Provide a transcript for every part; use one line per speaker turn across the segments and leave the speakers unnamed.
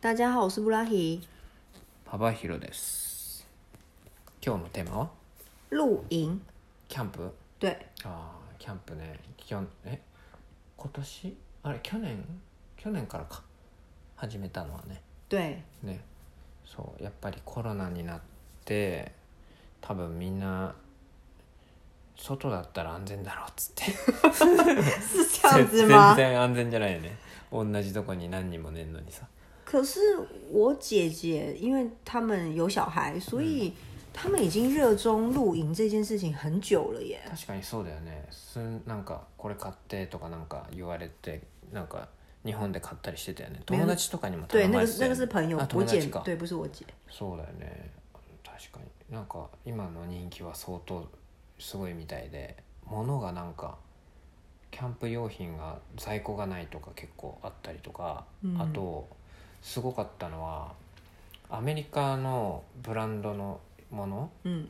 大家好，我是布拉希。
パパヒロです今日のテーマは
露营，
キャンプ
对，
あーキャンプねきょえ今年あれ去年去年からか始めたのはね
对，
ねそうやっぱりコロナになって多分みんな外だったら安全だろうっつって
是这样子
全
吗？
然安全じゃないよね同じとこに何人も寝んのにさ
可是我姐姐，因为他们有小孩，所以他们已经热衷露营这件事情很久了耶。
確かにそうだよねすんなんかこれ買ってとかなんか言われてなんか日本で買ったりしてたよね
没有
友達とかにも
对，
頼
那
ま
个
れて
是
た
那个是朋
よね
友
あ，
我
友
姐
達か
对，不是我姐。
そうだよね確かになんか今の人気は相当すごいみたいで物がなんかキャンプ用品が在庫がないとか結構あったりとか、
うん
あとすごかったのはアメリカのブランドのもの
嗯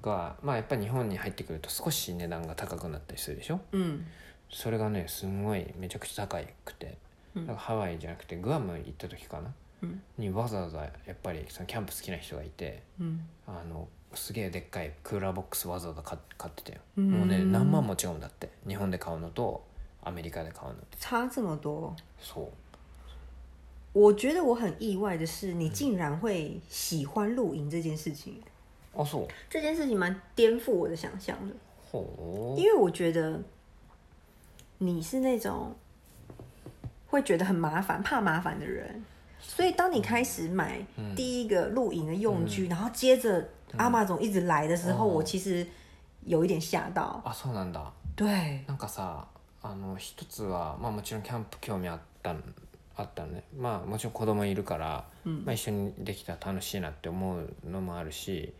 がまあやっぱり日本に入ってくると少し値段が高くなったりするでしょ
嗯
それがねすんごいめちゃくちゃ高くて、
うん
なんかハワイじゃなくてグアム行った時かな
嗯
にわざわざやっぱりそのキャンプ好きな人がいて
嗯，
あのすげえでっかいクーラーボックスわざわざ買買ってたよ、
うん
もうね何万も違うんだって日本で買うのとアメリカで買うの
差这么多。
そう
我觉得我很意外的是，你竟然会喜欢露营这件事情，
あそう
这件事情蛮颠覆我的想象的。
ほ
因为我觉得你是那种会觉得很麻烦、怕麻烦的人，所以当你开始买第一个露营的用具，然后接着阿玛总一直来的时候，
哦
我其实有一点吓到
う。あそうなんだ
对，
なんかさあの一つは、まあ、もちろんキャンプ興味あったのあったのねまあもちろん子供いるから、まあ、一緒にできたら楽しいなって思うのもあるし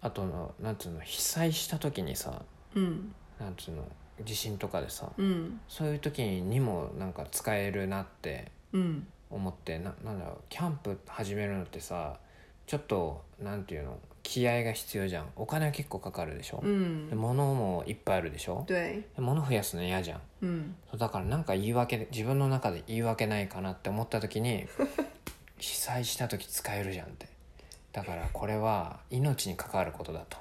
あとのなんつうの被災した時にさ
嗯
なんつうの地震とかでさ
嗯
そういう時にもなんか使えるなって
嗯
思ってななんだろうキャンプ始めるのってさちょっとなんていうの気合が必要じゃんお金は結構かかるでしょ、で
嗯，
物もいっぱいあるでしょ
对，
で物増やすの嫌じゃん
嗯
そうだからなんか言い訳で自分の中で言い訳ないかなって思った時に 被災した時使えるじゃんってだからこれは命に関わることだと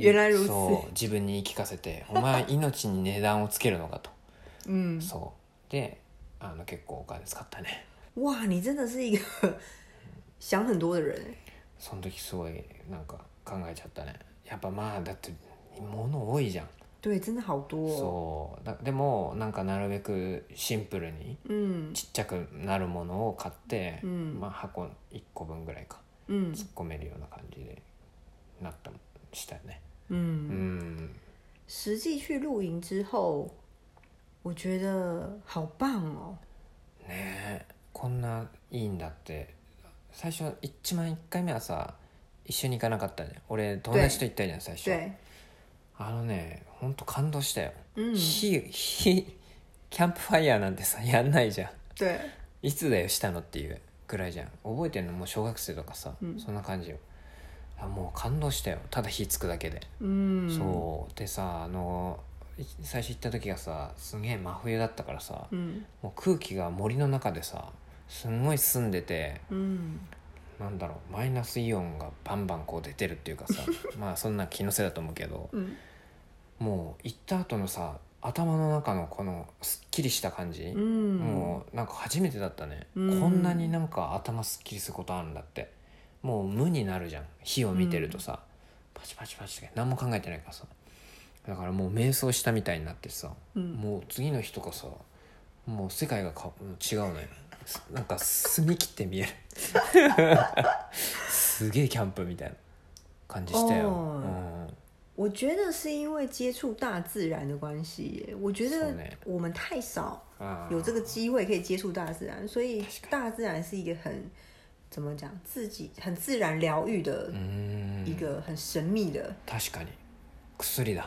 原来如此
そう自分に言い聞かせてお前命に値段をつけるのかと
嗯，
そうであの結構お金使ったね
哇，你真的是一个 想很多的人。欸
その時すごいなんか考えちゃったねやっぱまあだって物多いじゃん
对，真的好多、哦。
そうだでもなんかなるべくシンプルに
嗯
ちっちゃくなるものを買って、
うん
まあ箱1個分ぐらいか
嗯
突っ込めるような感じでなったもしたよね
嗯
う。ん
实际去露营之后，我觉得好棒哦。
ねえこんないいんだって最初一番1回目はさ一緒に行かなかったね俺友達と行ったじゃん最初
对，
あのねほんと感動したよ、
嗯，
火火キャンプファイヤーなんてさやんないじゃん
对，
いつだよしたのっていうぐらいじゃん覚えてるのもう小学生とかさ、
うん
そんな感じよあもう感動したよただ火つくだけで、
嗯，
そうでさあのい最初行った時がさすげえ真冬だったからさ、
嗯
もう空気が森の中でさすんごい澄んでて
嗯
なんだろうマイナスイオンがバンバンこう出てるっていうかさまあそんな気のせいだと思うけど
嗯
もう行った後のさ頭の中のこのすっきりした感じ、
嗯，
もうなんか初めてだったね、
うん
こんなになんか頭すっきりすることあるんだってもう無になるじゃん火を見てるとさ、パチパチパチって何も考えてないからさだからもう瞑想したみたいになってさ、
嗯
もう次の日とかさもう世界がか違うのよすなんか澄み切って見えるすげえキャンプみたいな感じしたよ、
お
うん、
我觉得是因为接触大自然的关系耶。我觉
そう
得
ね
我们太少
あー
有这个机会可以接触大自然，所以
確かに
大自然是一个很怎么讲，自己很自然疗愈的
嗯うん
一个很神秘的。
確かに薬だ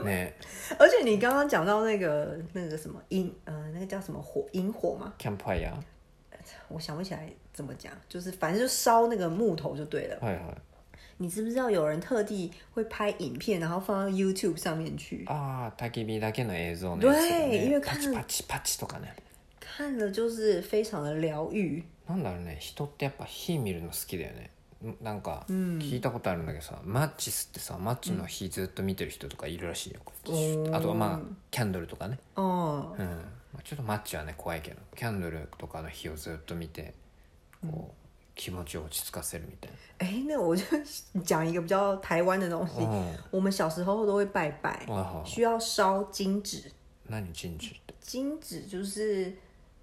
ね
而且你刚刚讲到那个那个什么萤，呃，那个叫什么火萤火吗？
キャンプファイヤ
我想不起来怎么讲，就是反正就烧那个木头就对了。
ーはいはい
你知不知道有人特地会拍影片，然后放到 YouTube 上面去？
ああ焚き火だけの映像のやつ、
对因为看
パチパチパチとかね
看看了就是非常的疗愈。
なんだろうね人ってやっぱ火見るの好きだよねんなんか聞いたことあるんだけどさ、マッチスってさマッチの火ずっと見てる人とかいるらしいよ、こうやってシュッ
おー
あとはまあキャンドルとかね、
あ
うんまあ、ちょっとマッチはね怖いけどキャンドルとかの火をずっと見てこう気持ちを落ち着かせるみたい
哎、那我就讲一个比较台湾的东西。
な、うん、
我们小时候都会拜拜，
あ
需要烧金纸，
何人事って
金纸就是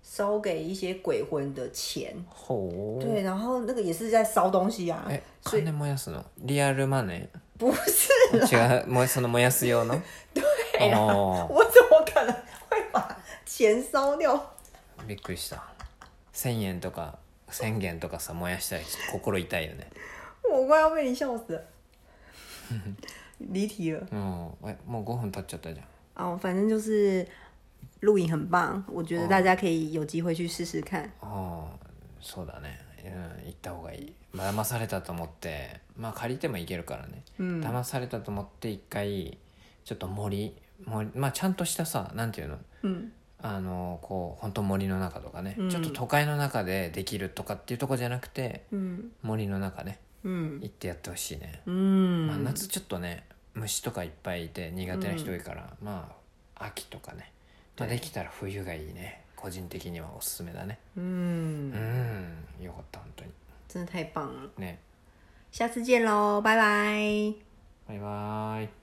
烧给一些鬼魂的钱。
ほう
对，然后那个也是在烧东西啊。
え
所以
金燃やすのリアルマネ
不是，
ー違うもうその燃やす用の
对啊，
お
我怎么可能会把钱烧掉？
ーびっくりした1000円とか1000元とかさ燃やしたらちょっと心痛いよね
我快要被你笑死了。 离题了
うんえもう5分経っちゃったじゃん
哦，反正就是录影很棒，我觉得大家可以有机会去试试看。
ああそうだね、うん、行った方がいい、まあ、騙されたと思ってまあ借りてもいけるからね、騙されたと思って一回ちょっと森森まあちゃんとしたさなんていうの
嗯
あのこう本当森の中とかね、
うん
ちょっと都会の中でできるとかっていうとこじゃなくて
嗯
森の中ね
嗯
行ってやってほしいね、まあ、
嗯，
夏ちょっとね虫とかいっぱいいて苦手な人多いから、まあ秋とかね、まあ、できたら冬がいいね個人的にはおすすめだね
嗯
う，んよかった本当に
真的太棒了，
ね
下次见喽，拜拜。
バイバーイ